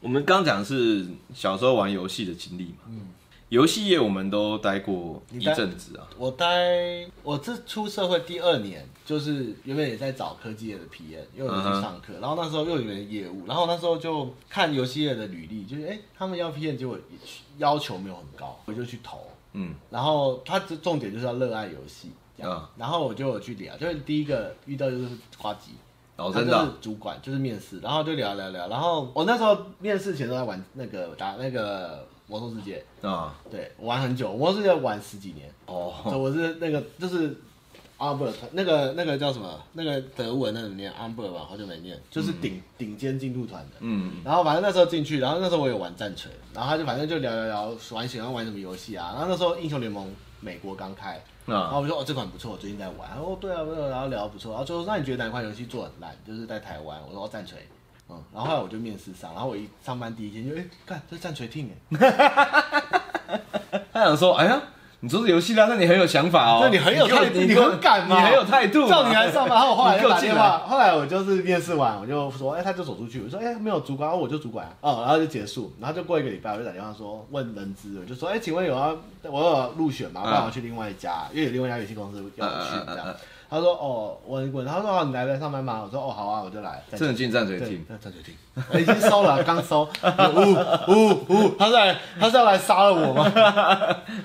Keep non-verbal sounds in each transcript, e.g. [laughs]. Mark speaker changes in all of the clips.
Speaker 1: 我们刚讲的是小时候玩游戏的经历嘛，嗯，游戏业我们都待过一
Speaker 2: 你待
Speaker 1: 阵子啊，
Speaker 2: 我待我这出社会第二年，就是原本也在找科技业的 PM，因为我们去上课，然后那时候又有人业务，然后那时候就看游戏业的履历，就是哎、诶他们要 PM，结果要求没有很高，我就去投，
Speaker 1: 嗯，
Speaker 2: 然后他这重点就是要热爱游戏，这样，
Speaker 1: 嗯
Speaker 2: 然后我就有去聊，就是第一个遇到就是瓜吉，
Speaker 1: 哦，
Speaker 2: 他
Speaker 1: 真
Speaker 2: 就
Speaker 1: 的
Speaker 2: 是
Speaker 1: 啊，
Speaker 2: 主管，就是面试，然后就聊聊聊，然后我那时候面试前都在玩那个打那个魔兽世界，
Speaker 1: 啊
Speaker 2: 对，玩很久，魔兽世界玩十几年。
Speaker 1: 哦，
Speaker 2: 所以呃我是那个就是阿伯，那个那个叫什么？那个德文那个念阿伯吧，好久没念，就是顶、顶尖进度团的。
Speaker 1: 嗯，
Speaker 2: 然后反正那时候进去，然后那时候我有玩战锤，然后他就反正就聊聊聊玩喜欢玩什么游戏啊。然后那时候英雄联盟美国刚开，然
Speaker 1: 啊
Speaker 2: 后我就说哦这款不错，我最近在玩。他说哦对啊，对啊，然后聊得不错。然后最后那你觉得哪款游戏做得很烂？就是在台湾，我说哦战锤。嗯，然后后来我就面试上，然后我一上班第一天就哎，看这是战锤 team 哎，
Speaker 1: 他想说，哎呀，你做游戏啦，那你很有想法哦，
Speaker 2: 那你很有态度，
Speaker 1: 你
Speaker 2: 你
Speaker 1: 做
Speaker 2: 很敢嘛，
Speaker 1: 你很有态度嘛，
Speaker 2: 照你来上班，然后我后来
Speaker 1: 你给
Speaker 2: 就
Speaker 1: 我
Speaker 2: 打
Speaker 1: 进
Speaker 2: 电
Speaker 1: 来
Speaker 2: 话，后来我就是面试完，我就说，哎、他就走出去，我说，哎、没有主管，哦我就主管，哦，然后就结束，然后就过一个礼拜，我就打电话说问人资，我就说，哎、请问有要我有入选吗？
Speaker 1: 嗯
Speaker 2: 不然我去另外一家，因为有另外一家游戏公司要我去
Speaker 1: 嗯嗯嗯
Speaker 2: 这
Speaker 1: 嗯
Speaker 2: 样。他说，哦，问问，他说，哦，你来不来上班吗？我说，哦，好啊，我就来。
Speaker 1: 真的进战锤
Speaker 2: 对，
Speaker 1: team，
Speaker 2: 那暂停听，我已经收了，刚收。呜呜呜，他是来他是要来杀了我吗？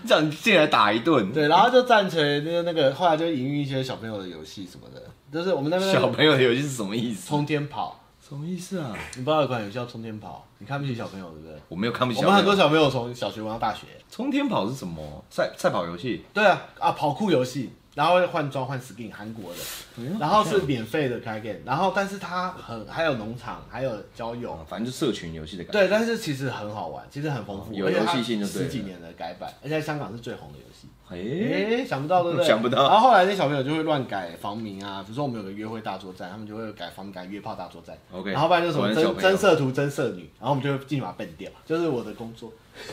Speaker 1: 这样进来打一顿，
Speaker 2: 对，然后就赞成那个那个，后来就营运一些小朋友的游戏什么的，就是我们那边
Speaker 1: 小朋友的游戏是什么意思？
Speaker 2: 冲天跑，
Speaker 1: 什么意思啊？
Speaker 2: 你不知道有款游戏叫冲天跑，你看不起小朋友对不对？
Speaker 1: 我没有看不起
Speaker 2: 我
Speaker 1: 小朋
Speaker 2: 们很
Speaker 1: 友
Speaker 2: 多。小朋友从小学玩到大学，
Speaker 1: 冲天跑是什么？赛赛跑游戏？
Speaker 2: 对啊啊跑酷游戏，然后会换装换 skin 韩国的，
Speaker 1: 嗯
Speaker 2: 然后是免费的开 game，然后但是它很还有农场还有交友，
Speaker 1: 啊反正就社群游戏的感觉。
Speaker 2: 对，但是其实很好玩，其实很丰富，
Speaker 1: 嗯有
Speaker 2: 而且它
Speaker 1: 游戏性就对了
Speaker 2: 十几年的改版，而且在香港是最红的游戏。
Speaker 1: 哎、
Speaker 2: 哎、想不到对不
Speaker 1: [laughs]
Speaker 2: 对？
Speaker 1: 想不到
Speaker 2: 然后后来那小朋友就会乱改房名啊，比如说我们有个约会大作战，他们就会改房名改约炮大作战。
Speaker 1: OK
Speaker 2: 然后不然就是什
Speaker 1: 果
Speaker 2: 么
Speaker 1: 然小
Speaker 2: 真
Speaker 1: 朋友
Speaker 2: 真色图、真色女，然后我们就会进去把它笨掉，就是我的工
Speaker 1: [laughs]
Speaker 2: 作。 [laughs]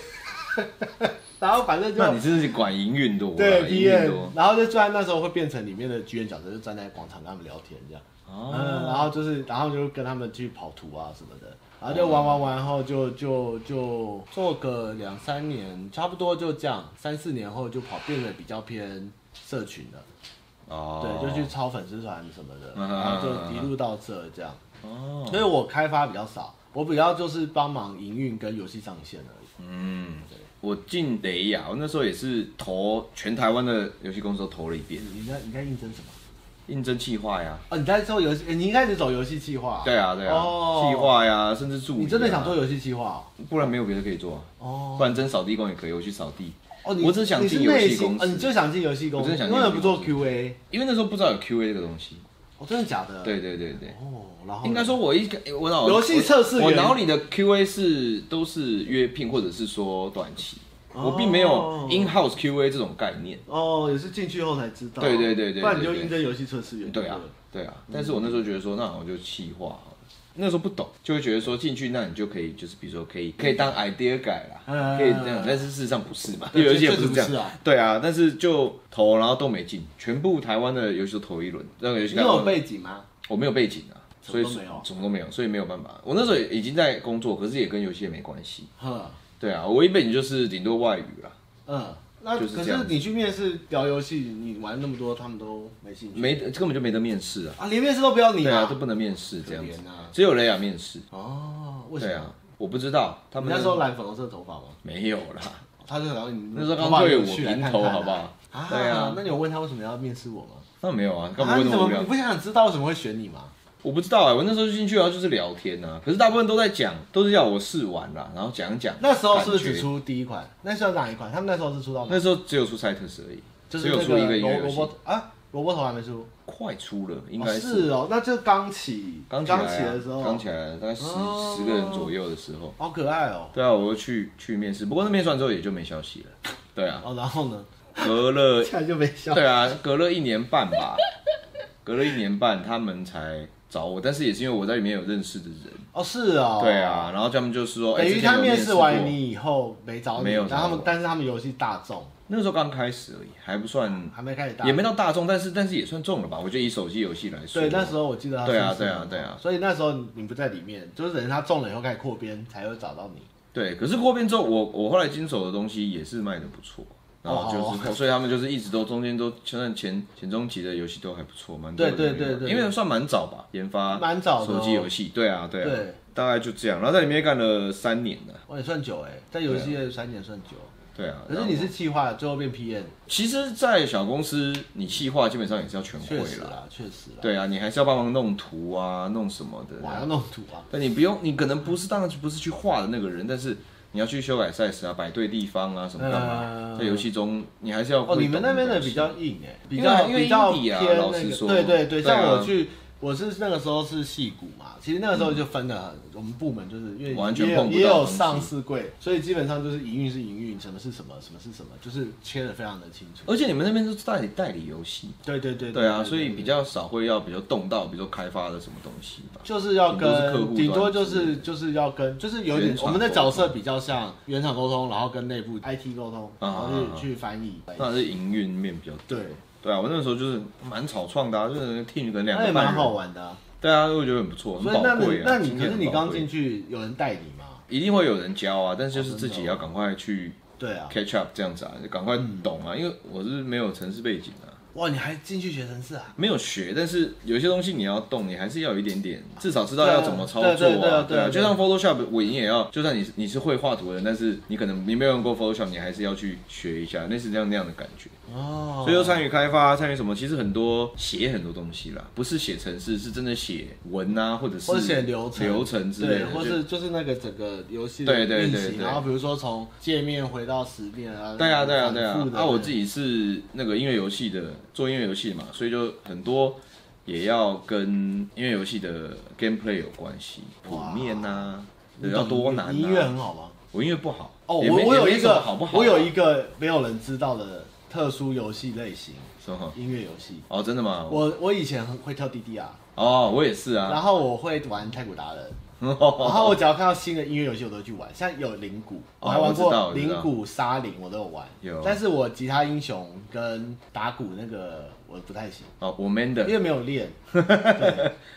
Speaker 2: 然后反正就
Speaker 1: 那你真的是管营运多啊，
Speaker 2: 对
Speaker 1: 营
Speaker 2: P
Speaker 1: 运
Speaker 2: N，
Speaker 1: 多。
Speaker 2: 然后就站在那时候会变成里面的剧院角色，就站在广场跟他们聊天这样。
Speaker 1: 哦
Speaker 2: 嗯，然后就是，然后就跟他们去跑图啊什么的，
Speaker 1: 哦
Speaker 2: 然后就玩玩玩后就就就做个两三年，差不多就这样，三四年后就跑变得比较偏社群了，
Speaker 1: 哦，
Speaker 2: 对，就去抄粉丝团什么的，
Speaker 1: 嗯
Speaker 2: 然后
Speaker 1: 嗯
Speaker 2: 就
Speaker 1: 嗯
Speaker 2: 一路到这这样，
Speaker 1: 哦，
Speaker 2: 所以我开发比较少，我比较就是帮忙营运跟游戏上线而已。
Speaker 1: 嗯，我进雷亚，我那时候也是投全台湾的游戏公司都投了一遍，
Speaker 2: 你你在你在应征什么？
Speaker 1: 应征企划呀，
Speaker 2: 哦，你在做游戏，你一开始走游戏企划、
Speaker 1: 对啊对啊，
Speaker 2: 哦
Speaker 1: 企划呀，甚至助理、啊
Speaker 2: 你真的想做？游戏企划
Speaker 1: 不然没有别的可以做、啊，
Speaker 2: 哦？
Speaker 1: 不然真扫地工也可以，我去扫地，
Speaker 2: 哦，哦，你
Speaker 1: 我只想
Speaker 2: 你是
Speaker 1: 进游戏
Speaker 2: 内心
Speaker 1: 公司
Speaker 2: 哦你就想进游戏公
Speaker 1: 我
Speaker 2: 司，
Speaker 1: 真的想
Speaker 2: 你
Speaker 1: 进
Speaker 2: 为
Speaker 1: 游
Speaker 2: 什
Speaker 1: 戏
Speaker 2: 么不做
Speaker 1: 公
Speaker 2: QA？
Speaker 1: 因为那时候不知道有 QA 这个东西。
Speaker 2: 哦，真的假的？。
Speaker 1: 对对对对。
Speaker 2: 哦，然后
Speaker 1: 应该说，我一个我脑
Speaker 2: 游戏测试员
Speaker 1: 我脑里的 QA 是都是约聘或者是说短期，
Speaker 2: 哦
Speaker 1: 我并没有 in house QA 这种概念。
Speaker 2: 哦，也是进去后才知道。
Speaker 1: 对对对对
Speaker 2: 不然你
Speaker 1: 对
Speaker 2: 就
Speaker 1: 对
Speaker 2: 应征游戏测试员。
Speaker 1: 对啊，对啊。但是我那时候觉得说，那我就气化好了。那时候不懂，就会觉得说进去，那你就可以就是比如说可以可以当 idea 改啦，
Speaker 2: 嗯
Speaker 1: 可以这样。但是事实上不是嘛，
Speaker 2: 对
Speaker 1: [laughs] 游戏也不是
Speaker 2: 确
Speaker 1: 这
Speaker 2: 实不是
Speaker 1: 样
Speaker 2: 啊。
Speaker 1: 对啊，但是就投，然后都没进，全部台湾的游戏都投一轮，那个游
Speaker 2: 对
Speaker 1: 戏
Speaker 2: 不对。你
Speaker 1: 开发
Speaker 2: 有
Speaker 1: 完
Speaker 2: 背景吗？
Speaker 1: 我没有背景啊，所以
Speaker 2: 什么都没有
Speaker 1: 什么都没有，所以没有办法。我那时候已经在工作，可是也跟游戏也没关系。
Speaker 2: 呵，
Speaker 1: 对啊，我一背景就是顶多外语啦，啊
Speaker 2: 嗯，那
Speaker 1: 就是
Speaker 2: 可
Speaker 1: 这样
Speaker 2: 是
Speaker 1: 子
Speaker 2: 你去面试聊游戏，你玩那么多，他们都没兴趣。
Speaker 1: 没根本就没得面试啊。
Speaker 2: 啊，连面试都不要你
Speaker 1: 对啊，都不能面试
Speaker 2: 可
Speaker 1: 这样子
Speaker 2: 怜，啊
Speaker 1: 只有雷亚面试。
Speaker 2: 哦，为什
Speaker 1: 对
Speaker 2: 么？
Speaker 1: 啊，我不知道他
Speaker 2: 你
Speaker 1: 们
Speaker 2: 那时候染粉红色头发吗？
Speaker 1: 没有啦， [laughs]
Speaker 2: 他就想要你
Speaker 1: 那时候
Speaker 2: 头
Speaker 1: 刚
Speaker 2: 发
Speaker 1: 对
Speaker 2: 有
Speaker 1: 我
Speaker 2: 趣来
Speaker 1: 平
Speaker 2: 看
Speaker 1: 头
Speaker 2: 看啊
Speaker 1: 好不好？
Speaker 2: 啊，
Speaker 1: 对啊
Speaker 2: 那，你有问他为什么要面试我吗？
Speaker 1: 那没有啊，干嘛
Speaker 2: 啊，
Speaker 1: 问
Speaker 2: 你
Speaker 1: 那
Speaker 2: 怎
Speaker 1: 么
Speaker 2: 么
Speaker 1: 无聊
Speaker 2: 你？不想想知道为什么会选你吗？
Speaker 1: 我不知道哎，我那时候进去然后就是聊天啊，可是大部分都在讲，都是要我试玩啦，然后讲讲。
Speaker 2: 那时候是不是
Speaker 1: 感觉？
Speaker 2: 只出第一款？那时候哪一款？他们那时候是出到哪
Speaker 1: 那？时候只有出赛特斯而已，
Speaker 2: 就是
Speaker 1: 只有
Speaker 2: 那
Speaker 1: 出一个音
Speaker 2: 萝
Speaker 1: 乐游
Speaker 2: 萝
Speaker 1: 戏
Speaker 2: 卜，头啊，萝卜头还没出，
Speaker 1: 快出了，应该
Speaker 2: 哦是哦，那就刚起
Speaker 1: 刚起来
Speaker 2: 刚
Speaker 1: 啊
Speaker 2: 起的时候，
Speaker 1: 刚起来大概十
Speaker 2: 哦
Speaker 1: 十个人左右的时候，
Speaker 2: 好可爱哦。
Speaker 1: 对啊，我就去去面试，不过那面试完之后也就没消息了，对啊，
Speaker 2: 哦，然后呢？
Speaker 1: 隔了 [laughs]
Speaker 2: 现在就没笑。
Speaker 1: 对啊，隔了一年半吧，隔了一年半他们才找我，但是也是因为我在里面有认识的人，
Speaker 2: 哦，是哦，
Speaker 1: 对，啊，然后他们就说，哎、
Speaker 2: 等
Speaker 1: 之
Speaker 2: 于
Speaker 1: 前
Speaker 2: 他
Speaker 1: 有
Speaker 2: 面
Speaker 1: 面
Speaker 2: 试
Speaker 1: 过
Speaker 2: 完你以后没找你，
Speaker 1: 没有
Speaker 2: 然后他
Speaker 1: 找
Speaker 2: 们
Speaker 1: 我
Speaker 2: 但是他们游戏大众
Speaker 1: 那时候刚开始而已，还不算，
Speaker 2: 还没开始打，
Speaker 1: 也没到大众，但是但是也算中了吧？我觉得以手机游戏来说，
Speaker 2: 对，那时候我记得他
Speaker 1: 对啊
Speaker 2: 申请
Speaker 1: 对啊
Speaker 2: 了
Speaker 1: 对啊
Speaker 2: 所以那时候你不在里面，就是等于他中了以后开始扩编，才会找到你。
Speaker 1: 对，可是扩编之后，我我后来经手的东西也是卖的不错，然后就是、
Speaker 2: 哦
Speaker 1: 所以他们就是一直都中间都像前前中期的游戏都还不错，蛮多的
Speaker 2: 对对
Speaker 1: 都有
Speaker 2: 对对
Speaker 1: 因为算蛮早吧，研发
Speaker 2: 蛮早的哦
Speaker 1: 手机游戏，对啊对啊，
Speaker 2: 对
Speaker 1: 大概就这样，然后在里面干了三年了，
Speaker 2: 哇，也算久哎，在游戏业三年算久。
Speaker 1: 对啊，
Speaker 2: 可是你是企划，最后变 PM，
Speaker 1: 其实，在小公司你企划基本上也是要全会
Speaker 2: 确实
Speaker 1: 啦，
Speaker 2: 啦，确实啦。
Speaker 1: 对啊，你还是要帮忙弄图啊，弄什么的，
Speaker 2: 我还要弄图啊，
Speaker 1: 但你不用，你可能不是当然不是去画的那个人，但是你要去修改赛事啊，摆对地方啊，什么干嘛？
Speaker 2: 嗯
Speaker 1: 在游戏中你还是要
Speaker 2: 哦，
Speaker 1: 会
Speaker 2: 你们
Speaker 1: 懂
Speaker 2: 那边的
Speaker 1: 东西
Speaker 2: 比较硬哎，比
Speaker 1: 因为
Speaker 2: 较
Speaker 1: 因为
Speaker 2: 比较
Speaker 1: indie 啊
Speaker 2: 偏
Speaker 1: 老
Speaker 2: 那
Speaker 1: 实
Speaker 2: 个，
Speaker 1: 说
Speaker 2: 对对对，
Speaker 1: 对啊
Speaker 2: 像我去。我是那个时候是戏骨嘛，其实那个时候就分了很，我们部门就是因为
Speaker 1: 完全
Speaker 2: 也有
Speaker 1: 碰不到
Speaker 2: 也有
Speaker 1: 东西
Speaker 2: 上市柜，所以基本上就是营运是营运，什么是什么，什么是什么，就是切的非常的清楚。
Speaker 1: 而且你们那边是代理代理游戏，
Speaker 2: 对对对
Speaker 1: 对啊，
Speaker 2: 对
Speaker 1: 所以
Speaker 2: 对
Speaker 1: 比较少会要比较动到，比如说开发的什么东西吧。
Speaker 2: 就是要
Speaker 1: 顶多是客户
Speaker 2: 跟，
Speaker 1: 端
Speaker 2: 顶多就
Speaker 1: 之类
Speaker 2: 是就是要跟，就是有点
Speaker 1: 原厂
Speaker 2: 我们的角
Speaker 1: 沟
Speaker 2: 色比较像原厂沟通，然后跟内部 IT 沟通，然后
Speaker 1: 啊
Speaker 2: 去去翻译。
Speaker 1: 当然是营运面比较多。
Speaker 2: 对，
Speaker 1: 对啊，我那时候就是蛮草创的、啊，就是 team 可能两
Speaker 2: 那也
Speaker 1: 个半
Speaker 2: 蛮
Speaker 1: 人
Speaker 2: 好玩的啊。
Speaker 1: 对啊，我觉得很不错，很
Speaker 2: 所以
Speaker 1: 宝
Speaker 2: 那
Speaker 1: 贵
Speaker 2: 你
Speaker 1: 啊。
Speaker 2: 那你
Speaker 1: 经
Speaker 2: 可
Speaker 1: 验
Speaker 2: 是
Speaker 1: 很
Speaker 2: 你
Speaker 1: 宝
Speaker 2: 刚
Speaker 1: 贵
Speaker 2: 进哦去有人带你吗？
Speaker 1: 一定会有人教啊，但是就是自己也要赶快去
Speaker 2: 对啊，嗯
Speaker 1: catch up 这样子啊，就赶快懂啊，因为我是没有城市背景啊。
Speaker 2: 哇，你还进去学城市啊？
Speaker 1: 没有学，但是有些东西你要动，你还是要有一点点，至少知道
Speaker 2: 对啊
Speaker 1: 要怎么操作
Speaker 2: 对
Speaker 1: 啊。
Speaker 2: 对对啊对啊
Speaker 1: 啊，
Speaker 2: 对
Speaker 1: 就
Speaker 2: 啊
Speaker 1: 像 Photoshop，我也要，就算你你是会画图的人，但是你可能你没有用过 Photoshop，你还是要去学一下，类似这样那样的感觉。
Speaker 2: 哦，
Speaker 1: 所以说参与开发，参与什么，其实很多写很多东西啦，不是写程式，是真的写文啊，或者是
Speaker 2: 或者写流程
Speaker 1: 流程之类
Speaker 2: 对，
Speaker 1: 的，
Speaker 2: 或
Speaker 1: 就是
Speaker 2: 就是那个整个游戏的
Speaker 1: 对对
Speaker 2: 运
Speaker 1: 对
Speaker 2: 行，
Speaker 1: 对
Speaker 2: 然后比如说从界面回到实面啊，
Speaker 1: 对啊，对啊，对啊
Speaker 2: 反。复的
Speaker 1: 啊，我自己是那个音乐游戏的，做音乐游戏嘛，所以就很多也要跟音乐游戏的 gameplay 有关系，谱
Speaker 2: 哇
Speaker 1: 面呐、啊，
Speaker 2: 你
Speaker 1: 对
Speaker 2: 懂
Speaker 1: 要多难、啊。
Speaker 2: 你音乐很好吗？
Speaker 1: 我音乐不好
Speaker 2: 哦，
Speaker 1: 也
Speaker 2: 我
Speaker 1: 没
Speaker 2: 我有
Speaker 1: 也没
Speaker 2: 一
Speaker 1: 什么
Speaker 2: 个
Speaker 1: 好不好啊？
Speaker 2: 我有一个没有人知道的特殊游戏类型，
Speaker 1: 什么？
Speaker 2: 音乐游戏。
Speaker 1: 哦，真的吗？
Speaker 2: 我我以前很会跳 DDR，
Speaker 1: 哦，我也是啊。
Speaker 2: 然后我会玩太
Speaker 1: [laughs]
Speaker 2: 鼓达人，然
Speaker 1: 哦，
Speaker 2: 后我只要看到新的音乐游戏我都会去玩，像有灵鼓，
Speaker 1: 哦
Speaker 2: 我还玩
Speaker 1: 我知道
Speaker 2: 过
Speaker 1: 我知道
Speaker 2: 灵鼓、沙林我都有玩，
Speaker 1: 有
Speaker 2: 但是我吉他英雄跟打鼓那个我不太行，
Speaker 1: 哦我 man 的
Speaker 2: 因，为没有练。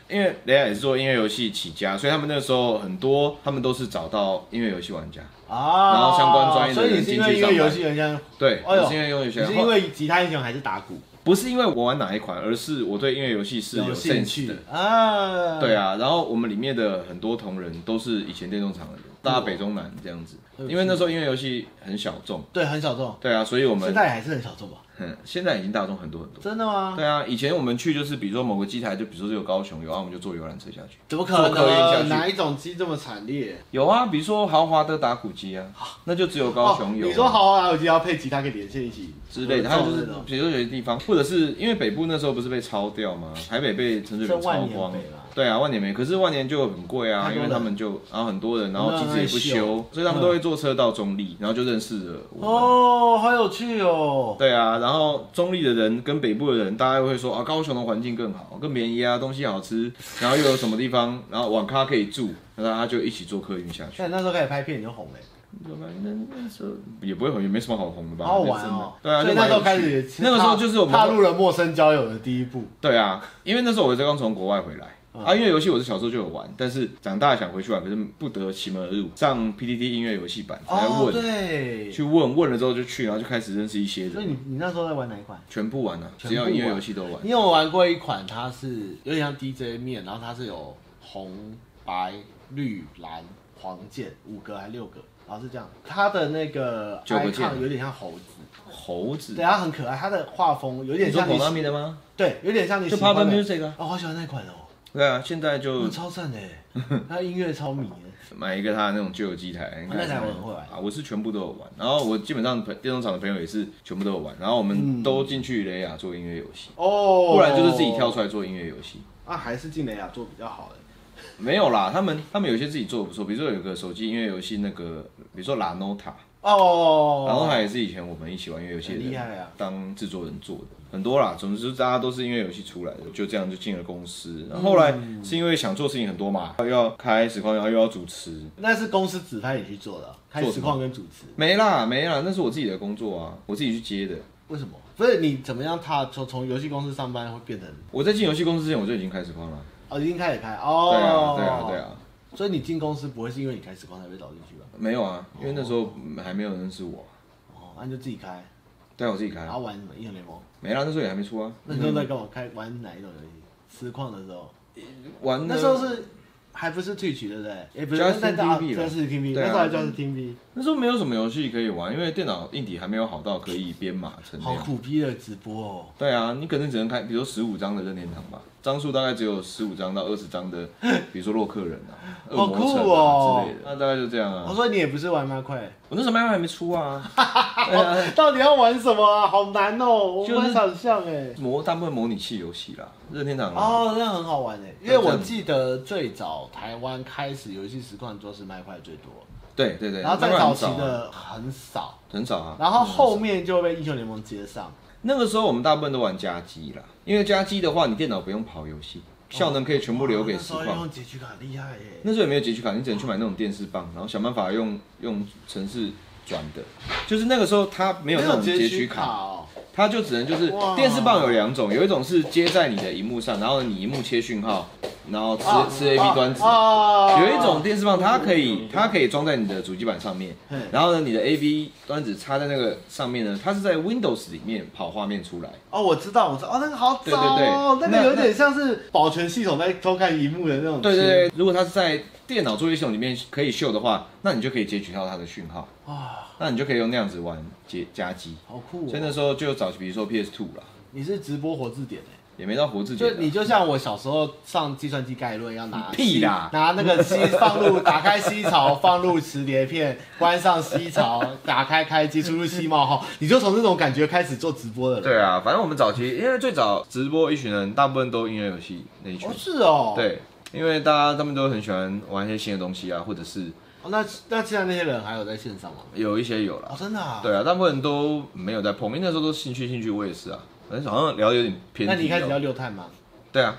Speaker 1: 因为雷亚也是做音乐游戏起家，所以他们那时候很多，他们都是找到音乐游戏玩家。
Speaker 2: 啊，
Speaker 1: 然后相关专业的
Speaker 2: 所
Speaker 1: 人
Speaker 2: 以你是因为
Speaker 1: 进去
Speaker 2: 音
Speaker 1: 上班
Speaker 2: 乐游戏人家，
Speaker 1: 对，
Speaker 2: 哎呦
Speaker 1: 我是因为音乐游
Speaker 2: 你
Speaker 1: 戏，
Speaker 2: 是因为吉他英雄还是打鼓
Speaker 1: 不是因为我玩哪一款，而是我对音乐游戏是有
Speaker 2: 兴
Speaker 1: sense
Speaker 2: 趣
Speaker 1: 的。
Speaker 2: 啊？
Speaker 1: 对啊，然后我们里面的很多同仁都是以前电动厂的人，大家北中南这样子，
Speaker 2: 嗯
Speaker 1: 因为那时候音乐游戏很小众，
Speaker 2: 对，很小众，
Speaker 1: 对啊，所以我们
Speaker 2: 现在也还是很小众吧？
Speaker 1: 嗯现在已经大众很多很多。
Speaker 2: 真的吗？
Speaker 1: 对啊，以前我们去就是，比如说某个机台，就比如说只有高雄有，然后我们就坐游览车下去。
Speaker 2: 怎么可
Speaker 1: 坐客运下
Speaker 2: 能？
Speaker 1: 去
Speaker 2: 哪一种机这么惨烈？
Speaker 1: 有啊，比如说豪华的打鼓机啊，那就只有高雄有啊、
Speaker 2: 哦你说豪华耳机要配吉他可以连线一起
Speaker 1: 之类的，还有就
Speaker 2: 这
Speaker 1: 是
Speaker 2: 种
Speaker 1: 比如说有些地方，或者是因为北部那时候不是被抄掉吗？台北被陈水扁
Speaker 2: 是嗯万
Speaker 1: 抄
Speaker 2: 年
Speaker 1: 光
Speaker 2: 北啦，
Speaker 1: 对啊，万年北，可是万年就很贵啊，
Speaker 2: 太多
Speaker 1: 因为
Speaker 2: 人
Speaker 1: 他们就然后很多人，然后
Speaker 2: 很多
Speaker 1: 机子也
Speaker 2: 人
Speaker 1: 不
Speaker 2: 在
Speaker 1: 修
Speaker 2: 修，
Speaker 1: 所以他们都会坐车到中立，然后就认识了我们。
Speaker 2: 哦，好有趣哦。
Speaker 1: 对啊，然后中立的人跟北部的人，大家会说啊，高雄的环境更好，更便宜啊，东西好吃，然后又有什么地方，然后网咖可以住，那大家就一起坐客运下
Speaker 2: [laughs]
Speaker 1: 去。
Speaker 2: 看那时候开始拍片你就红了，
Speaker 1: 那那时候也不会红，也没什么好红的吧？
Speaker 2: 好好玩哦。
Speaker 1: 对啊，
Speaker 2: 所以
Speaker 1: 就蛮
Speaker 2: 那
Speaker 1: 有
Speaker 2: 时候开
Speaker 1: 趣
Speaker 2: 始，
Speaker 1: 那个时候就是我们
Speaker 2: 踏入了陌生交友的第一步。
Speaker 1: 对啊，因为那时候我才刚从国外回来。
Speaker 2: 嗯
Speaker 1: 啊，音乐游戏我是小时候就有玩，但是长大想回去玩，可是不得其门而入。上 PTT 音乐游戏版来
Speaker 2: 哦，
Speaker 1: 问，
Speaker 2: 对。
Speaker 1: 去问问了之后就去，然后就开始认识一些
Speaker 2: 所以
Speaker 1: 人，
Speaker 2: 你你那时候在玩哪一款？
Speaker 1: 全部玩了、啊
Speaker 2: 全部玩
Speaker 1: 只要音乐游戏都玩。
Speaker 2: 你有玩过一款，它是有点像 DJ 面，然后它是有红、白、绿、蓝、黄键五个还六个，然后是这样。它的那个
Speaker 1: 九个键
Speaker 2: icon 有点像猴子，
Speaker 1: 猴子，
Speaker 2: 对，它很可爱，它的画风有点
Speaker 1: 你说
Speaker 2: 像
Speaker 1: 孔
Speaker 2: 你
Speaker 1: 纳米的吗？
Speaker 2: 对，有点像你
Speaker 1: 就
Speaker 2: 喜欢
Speaker 1: Papa
Speaker 2: 的。
Speaker 1: Music 啊。
Speaker 2: 哦，好喜欢那款哦，
Speaker 1: 对啊，现在就
Speaker 2: 嗯，超赞的，它音乐超
Speaker 1: [laughs]
Speaker 2: 迷的。
Speaker 1: 买一个他那种旧有机台，你看
Speaker 2: 那台我很会玩
Speaker 1: 啊，我是全部都有玩。然后我基本上朋电动厂的朋友也是全部都有玩，然后我们都进去雷亚做音乐游戏，
Speaker 2: 嗯哦
Speaker 1: 不然就是自己跳出来做音乐游戏。
Speaker 2: 啊，还是进雷亚做比较好的。
Speaker 1: 没有啦，他们他们有些自己做的不错，比如说有个手机音乐游戏那个，比如说 La Nota，La
Speaker 2: 哦，
Speaker 1: Nota 也是以前我们一起玩音乐游戏的
Speaker 2: 很厉
Speaker 1: 人
Speaker 2: 害啊
Speaker 1: 当制作人做的，很多啦，总之大家都是因为游戏出来的，就这样就进了公司。
Speaker 2: 嗯
Speaker 1: 然后后来是因为想做事情很多嘛，又要开实况，然后又要主持，
Speaker 2: 那是公司指派你去做的，开
Speaker 1: 做
Speaker 2: 实况跟主持。
Speaker 1: 没啦没啦，那是我自己的工作啊，我自己去接的。
Speaker 2: 为什么？不是你怎么样踏从从游戏公司上班会变成
Speaker 1: 我在进游戏公司之前，我就已经开实况了。
Speaker 2: 哦，已经开始开
Speaker 1: 对啊
Speaker 2: 哦，
Speaker 1: 对啊对。啊，
Speaker 2: 所以你进公司不会是因为你开实况才被找进去吧？
Speaker 1: 没有啊，因为那时候嗯还没有人认识我，
Speaker 2: 哦，那你就自己开，
Speaker 1: 对啊，我自己开
Speaker 2: 然。后玩什么英雄联盟？
Speaker 1: 没啦，那时候也还没出啊。
Speaker 2: 那时候在跟我开玩哪一种游戏？实况的时候，
Speaker 1: 玩
Speaker 2: 那时候是还不是 Twitch 对不对？也不是，
Speaker 1: Justin
Speaker 2: 那大
Speaker 1: TV 了
Speaker 2: 那是 TV，
Speaker 1: 对
Speaker 2: 那
Speaker 1: 啊
Speaker 2: 时候还叫是 TV，
Speaker 1: 那时候没有什么游戏可以玩，因为电脑硬体还没有好到可以编码成那
Speaker 2: 好
Speaker 1: 样。
Speaker 2: 苦逼的直播哦。
Speaker 1: 对啊，你可能只能开，比如十五张的任天堂吧，张数大概只有十五张到二十张的，
Speaker 2: [laughs]
Speaker 1: 比如说洛克人啊、恶
Speaker 2: 好
Speaker 1: 魔
Speaker 2: 酷
Speaker 1: 城啊
Speaker 2: 哦
Speaker 1: 之类的，那大概就这样
Speaker 2: 我
Speaker 1: 啊。
Speaker 2: 说你也不是玩麦块， [laughs]
Speaker 1: 我那时候麦克还没出啊，对啊，
Speaker 2: 到底要玩什么啊？好难哦，我
Speaker 1: 就是
Speaker 2: 无法想象哎。
Speaker 1: 模大部分模拟器游戏啦，任天堂啊，
Speaker 2: 哦，那很好玩哎，因为我记得最早台湾开始游戏实况桌是麦块最多，
Speaker 1: 对对对，
Speaker 2: 然后在
Speaker 1: 那个
Speaker 2: 早
Speaker 1: 很
Speaker 2: 期
Speaker 1: 少啊
Speaker 2: 的很少，
Speaker 1: 很少啊。
Speaker 2: 然后
Speaker 1: 嗯
Speaker 2: 后面就被英雄联盟接上。
Speaker 1: 那个时候我们大部分都玩家机啦，因为家机的话，你电脑不用跑游戏，效能可以全部留给
Speaker 2: 哦哇那
Speaker 1: 实
Speaker 2: 时候
Speaker 1: 况。
Speaker 2: 用结局卡厉害欸耶。
Speaker 1: 那时候也没有截取卡，你只能去买那种电视棒，然后想办法用用城市转的。就是那个时候它没有那种截取
Speaker 2: 卡
Speaker 1: 卡，
Speaker 2: 哦，
Speaker 1: 它就只能就是
Speaker 2: 哇
Speaker 1: 电视棒有两种，有一种是接在你的荧幕上，然后你荧幕切讯号，然后吃吃 A B 端子。
Speaker 2: 啊
Speaker 1: 有一种电视棒，它可以它可以装在你的主机板上面
Speaker 2: 嗯，
Speaker 1: 然后呢，你的 A B 端子插在那个上面呢，它是在 Windows 里面跑画面出来。
Speaker 2: 哦，我知道，我知道，哦，那个好
Speaker 1: 对对
Speaker 2: 早哦，
Speaker 1: 对
Speaker 2: 那个有
Speaker 1: 那
Speaker 2: 点像是保全系统在偷看荧幕的那种。
Speaker 1: 对对，对，如果它是在电脑作业系统里面可以秀的话，那你就可以截取到它的讯号。
Speaker 2: 哇，
Speaker 1: 那你就可以用那样子玩接加机。
Speaker 2: 好酷
Speaker 1: 所以
Speaker 2: 哦！
Speaker 1: 那时候就早期，比如说 PS Two 啦，
Speaker 2: 你是直播活字典哎。
Speaker 1: 也没到活字节
Speaker 2: 就
Speaker 1: 啦
Speaker 2: 你就像我小时候上计算机概论要
Speaker 1: [laughs]
Speaker 2: 拿
Speaker 1: 屁啦
Speaker 2: 拿那
Speaker 1: [laughs]
Speaker 2: 个吸放入，打开吸槽，放入磁碟片，关上吸槽，打开开机，输入吸冒号，你就从这种感觉开始做直播的人。
Speaker 1: 对啊，反正我们早期因为最早直播一群人，大部分都音乐游戏那一群
Speaker 2: 哦，，是哦，，
Speaker 1: 对，因为大家他们都很喜欢玩一些新的东西啊，或者是
Speaker 2: 哦、那那现在那些人还有在线上吗？
Speaker 1: 有一些有
Speaker 2: 哦
Speaker 1: 啦，，
Speaker 2: 真的、啊。
Speaker 1: 对啊，大部分人都没有在碰，因为那时候都兴趣兴趣，我也是啊，反正好像聊得有点偏
Speaker 2: 那
Speaker 1: 题哦。
Speaker 2: 你一开始要六探吗？
Speaker 1: 对啊，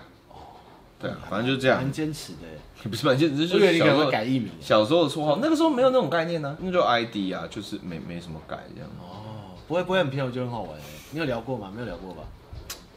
Speaker 1: 对啊，反正就是这样
Speaker 2: 蛮，坚持的耶。
Speaker 1: 不是蛮现实，
Speaker 2: 我
Speaker 1: 就
Speaker 2: 以为
Speaker 1: 是
Speaker 2: 你
Speaker 1: 小时
Speaker 2: 可能会
Speaker 1: 候
Speaker 2: 改艺名。
Speaker 1: 小时候的绰号，那个时候没有那种概念呢、那就 ID 啊，就是没没什么改这样。
Speaker 2: 哦，不会不会很偏，我觉得很好玩耶。你有聊过吗？没有聊过吧？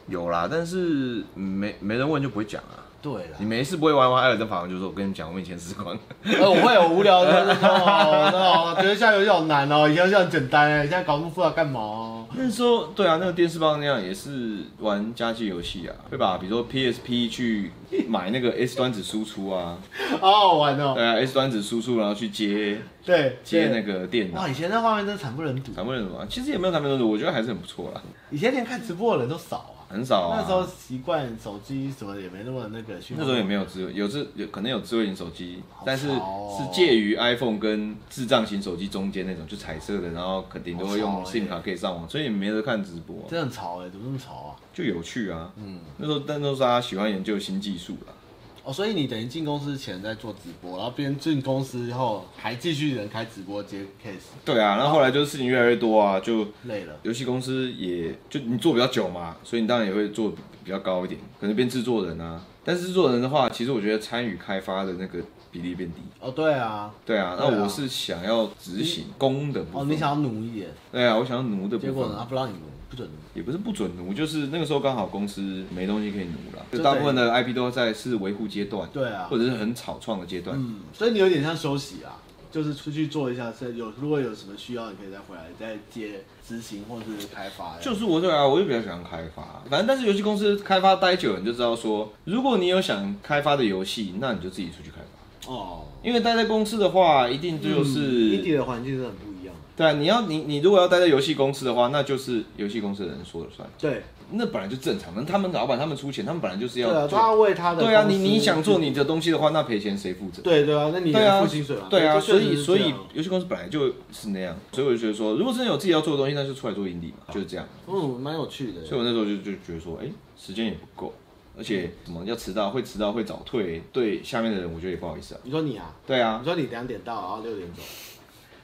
Speaker 1: 有啦，但是嗯没没人问就不会讲啊。
Speaker 2: 对啦
Speaker 1: 你，没事不会玩玩艾尔登法环，就说我跟你讲，我们以前时光。
Speaker 2: 呃，我会有无聊的，真的哦，真的哦，觉得现在游戏好难哦，以前游戏很简单哎，现在搞那么复杂干嘛哦？
Speaker 1: [laughs] 那时候对啊，那个电视棒那样也是玩家机游戏啊，会把比如说 PSP 去买那个 S 端子输出啊，
Speaker 2: 好好玩哦。
Speaker 1: 对啊 S 端子输出，然后去接
Speaker 2: 对，
Speaker 1: 接那
Speaker 2: 对
Speaker 1: 个电脑
Speaker 2: 哇，。以前那画面真的惨不忍睹，
Speaker 1: 咱们什么？其实也没有咱们多，我觉得还是很不错啦，
Speaker 2: 以前连看直播的人都少啊。
Speaker 1: 很少啊。
Speaker 2: 那时候习惯手机什么也没那么那个讯
Speaker 1: 那
Speaker 2: 号，
Speaker 1: 时候也没有智有智有可能有智慧型手机
Speaker 2: 好潮哦，
Speaker 1: 但是是介于 iPhone 跟智障型手机中间那种，就彩色的，然后肯定都会
Speaker 2: 好
Speaker 1: 用
Speaker 2: 潮欸
Speaker 1: SIM 卡可以上网，所以也没得看直播啊、
Speaker 2: 真的很潮哎，怎么那么潮啊？
Speaker 1: 就有趣啊。
Speaker 2: 嗯，
Speaker 1: 那时候但都是大家喜欢研究新技术啦。
Speaker 2: 哦，所以你等于进公司前在做直播，然后边进公司以后还继续人开直播接 case，
Speaker 1: 对啊，然后后来就事情越来越多啊，就
Speaker 2: 累了。
Speaker 1: 游戏公司也就你做比较久嘛，所以你当然也会做比较高一点，可能变制作人啊。但是制作人的话，其实我觉得参与开发的那个比例变低。
Speaker 2: 哦，对啊，
Speaker 1: 对啊，那
Speaker 2: 对啊
Speaker 1: 我是想要执行工的部分。
Speaker 2: 哦，你想要奴一点，
Speaker 1: 对啊，我想要奴的部
Speaker 2: 结
Speaker 1: 分。
Speaker 2: 果呢，他不让你奴，不准奴。
Speaker 1: 也不是不准奴，就是那个时候刚好公司没东西可以奴了，
Speaker 2: 就
Speaker 1: 就大部分的 IP 都在是维护阶段，
Speaker 2: 对啊
Speaker 1: 或，者是很草创的阶段。
Speaker 2: 嗯，所以你有点像休息啊，就是出去做一下，是有如果有什么需要，你可以再回来再接执行或是开发。
Speaker 1: 就是我对啊，我就比较喜欢开发，啊反正但是游戏公司开发待久了，你就知道说，如果你有想开发的游戏，那你就自己出去开发，
Speaker 2: 哦，
Speaker 1: 因为待在公司的话，一定就是、
Speaker 2: 异地的环境是很不一样的。
Speaker 1: 对啊，你要你你如果要待在游戏公司的话，那就是游戏公司的人说了算，
Speaker 2: 对，
Speaker 1: 那本来就正常，那他们老板他们出钱，他们本来就是
Speaker 2: 对
Speaker 1: 要
Speaker 2: 啊，
Speaker 1: 做
Speaker 2: 他要为他的
Speaker 1: 对啊，
Speaker 2: 公
Speaker 1: 你
Speaker 2: 司
Speaker 1: 你想做你的东西的话，那赔钱谁负责？
Speaker 2: 对对啊，那你
Speaker 1: 对啊
Speaker 2: 付薪水嘛？
Speaker 1: 对啊，
Speaker 2: 这确
Speaker 1: 所
Speaker 2: 实
Speaker 1: 以
Speaker 2: 是
Speaker 1: 所
Speaker 2: 这
Speaker 1: 以
Speaker 2: 样
Speaker 1: 游戏公司本来就是那样，所以我就觉得说，如果真的有自己要做的东西，那就出来做盈利嘛，就是这样。
Speaker 2: 嗯，蛮有趣的。
Speaker 1: 所以我那时候就就觉得说，哎、时间也不够，而且什么要迟到，会迟到，会早退，对下面的人我觉得也不好意思啊。
Speaker 2: 你说你啊，
Speaker 1: 对啊
Speaker 2: 你，说你两点到，然后六点走，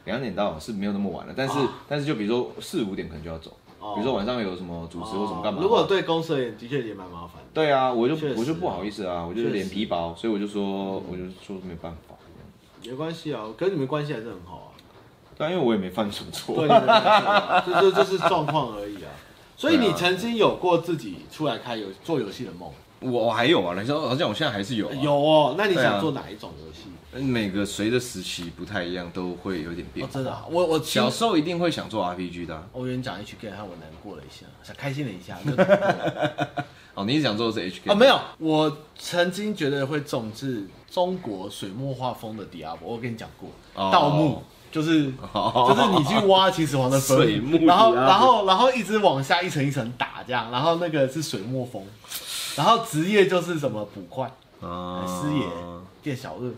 Speaker 1: 两点到是没有那么晚了，但是、但是就比如说四五点可能就要走，
Speaker 2: 哦
Speaker 1: 比如说晚上有什么主持或什么干嘛。
Speaker 2: 如果对公司而言，的确也蛮麻烦的。
Speaker 1: 对啊，我就
Speaker 2: 确实
Speaker 1: 我就不好意思啊，我就是
Speaker 2: 确实嗯
Speaker 1: 脸皮薄，所以我就说我就说没办法。
Speaker 2: 没关系啊，可是你们关系还是很好啊。
Speaker 1: 但因为我也没犯什么错，
Speaker 2: 对，这这这是状况而
Speaker 1: [laughs]
Speaker 2: 已啊。所以你曾经有过自己出来开游做游戏的梦？
Speaker 1: 我我还有啊，你说好像我现在还是
Speaker 2: [laughs]
Speaker 1: 有、啊，
Speaker 2: 有哦，那你
Speaker 1: 对
Speaker 2: 想
Speaker 1: 啊
Speaker 2: 做哪一种游戏？
Speaker 1: 每个随着时期不太一样，都会有点变
Speaker 2: 哦，
Speaker 1: 化。
Speaker 2: 真的啊，我我其实
Speaker 1: 小时候一定会想做 RPG 的啊、
Speaker 2: 我跟你讲 H K，害我难过了一下，想开心了一 [laughs] 下。就难过了
Speaker 1: 哦，你一直想做的是 HK
Speaker 2: 啊，没有，我曾经觉得会重视中国水墨画风的 Diablo，我跟你讲过，
Speaker 1: 哦
Speaker 2: 盗墓就是 [laughs] 就是你去挖秦始皇的坟
Speaker 1: 水墨
Speaker 2: 然后
Speaker 1: Diablo
Speaker 2: 然后然后一直往下一层一层打这样，然后那个是水墨风，然后职业就是什么捕快、
Speaker 1: 啊
Speaker 2: 哎师爷、店小二，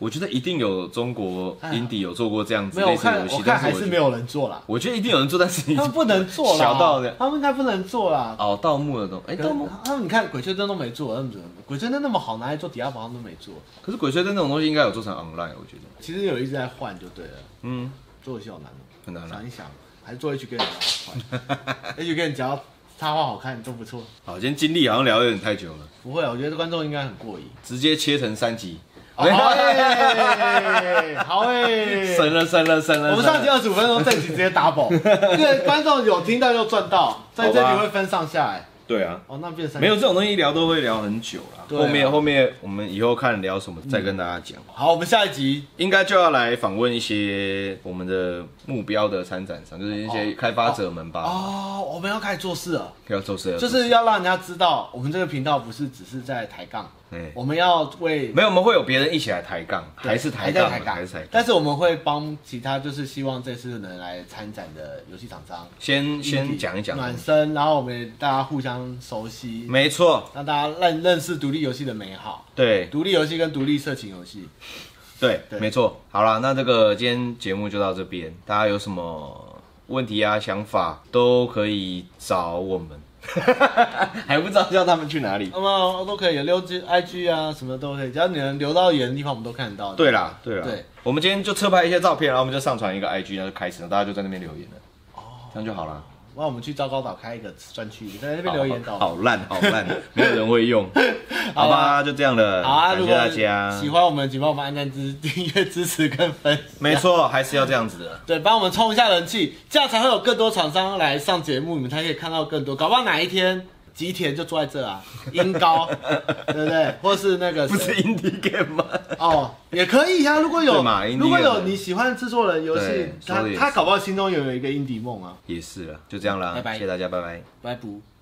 Speaker 1: 我觉得一定有中国
Speaker 2: 哎呀
Speaker 1: indie 有做过这样子
Speaker 2: 没有，
Speaker 1: 类
Speaker 2: 我
Speaker 1: 似的
Speaker 2: 看
Speaker 1: 游
Speaker 2: 我
Speaker 1: 戏，
Speaker 2: 看
Speaker 1: 但是
Speaker 2: 还
Speaker 1: 我
Speaker 2: 是
Speaker 1: 觉
Speaker 2: 没
Speaker 1: 得
Speaker 2: 有人做啦，
Speaker 1: 我觉得一定有人做，但是已经
Speaker 2: 他们不能做啦，
Speaker 1: 小到的
Speaker 2: 他们应该不能做啦。
Speaker 1: 哦，盗墓的东哎，盗墓。
Speaker 2: 他们你看《鬼吹灯》都没做，他们怎么《鬼吹灯》那么好拿来做，《迪亚宝》他们都没做。
Speaker 1: 可是鬼吹灯那种东西应该有做成 online，我觉得。
Speaker 2: 其实有一直在换就对了，
Speaker 1: 嗯，
Speaker 2: 做游戏好难哦，
Speaker 1: 很难啊
Speaker 2: 想一想，还是做 H 跟人比较好换。H 跟人只要插画好看都不错，
Speaker 1: 好，今天经历好像聊得有点太久了，
Speaker 2: 不会啊，我觉得观众应该很过
Speaker 1: [laughs]
Speaker 2: 瘾。哦
Speaker 1: 直接切成三集。
Speaker 2: 好诶，好欸
Speaker 1: [laughs]
Speaker 2: 诶。
Speaker 1: 省了省了省了。
Speaker 2: 我们上集
Speaker 1: 省了
Speaker 2: 二十
Speaker 1: [laughs]
Speaker 2: 五分钟，这集直接 double，对，观众有听到就赚到，在这
Speaker 1: 好
Speaker 2: 里
Speaker 1: 吧
Speaker 2: 会分上下哎，
Speaker 1: 对啊，
Speaker 2: 哦，那变三
Speaker 1: 没有这种东西聊都会聊很久啦。
Speaker 2: 对啊
Speaker 1: 后面后面我们以后看聊什么再跟大家讲。
Speaker 2: 好，我们下一集
Speaker 1: 应该就要来访问一些我们的目标的参展商，就是一些开发者们吧，
Speaker 2: 哦，我们要开始做事了。
Speaker 1: 要做事，
Speaker 2: 就是要让人家知道，我们这个频道不是只是在抬杠，
Speaker 1: 哎，
Speaker 2: 我们要为
Speaker 1: 没有，我们会有别人一起来抬杠，
Speaker 2: 对
Speaker 1: 还是抬
Speaker 2: 哦还在
Speaker 1: 杠，
Speaker 2: 抬
Speaker 1: 还
Speaker 2: 杠
Speaker 1: 是抬，杠。
Speaker 2: 但是我们会帮其他就是希望这次能来参展的游戏厂商
Speaker 1: 先
Speaker 2: 一
Speaker 1: 先
Speaker 2: 起
Speaker 1: 讲一讲，
Speaker 2: 暖身，然后我们大家互相熟悉，
Speaker 1: 没错，
Speaker 2: 让大家认认识独立游戏的美好，
Speaker 1: 对
Speaker 2: 独立游戏跟独立色情游戏，
Speaker 1: 对
Speaker 2: 对，
Speaker 1: 没错。好啦，那这个今天节目就到这边，大家有什么问题啊、想法都可以找我
Speaker 2: [laughs]
Speaker 1: 们，还不知道叫他们去哪里。
Speaker 2: 那么都可以留 G I G 啊什么都可以，只要你能留到言的地方，我们都看得到。
Speaker 1: 对啦，对啦，
Speaker 2: 对
Speaker 1: 我们今天就侧拍一些照片，然后我们就上传一个 IG，然后就开始了，大家就在那边留言了，哦，这样就好了。
Speaker 2: 那我们去糟糕岛开一个专区，在那边留言哦
Speaker 1: 好
Speaker 2: 岛。
Speaker 1: 好烂，好烂，没有人会
Speaker 2: [laughs]
Speaker 1: 用，好吧，就这样了，
Speaker 2: 啊好啊，
Speaker 1: 感
Speaker 2: 如
Speaker 1: 谢
Speaker 2: 果
Speaker 1: 大家，
Speaker 2: 喜欢我们，请帮我们按赞、支订阅、支持跟分享。
Speaker 1: 没错，还是要这样子
Speaker 2: [laughs]
Speaker 1: 的。
Speaker 2: 对，帮我们冲一下人气，这样才会有更多厂商来上节目，你们才可以看到更多。搞不好哪一天吉田就坐在
Speaker 1: [laughs]
Speaker 2: 这啊，音高，对不对？或是那个
Speaker 1: 不是
Speaker 2: 谁
Speaker 1: indie game 吗？
Speaker 2: 哦，也可以呀、啊。如果
Speaker 1: 对
Speaker 2: 有
Speaker 1: 嘛，indie
Speaker 2: 如果有
Speaker 1: game
Speaker 2: 你喜欢制作人游戏
Speaker 1: 对，说
Speaker 2: 他
Speaker 1: 得也
Speaker 2: 他
Speaker 1: 是
Speaker 2: 搞不好心中有一个 indie 梦啊。
Speaker 1: 也是了，就这样啦，
Speaker 2: 拜拜
Speaker 1: 谢谢大家，拜拜。
Speaker 2: 拜拜。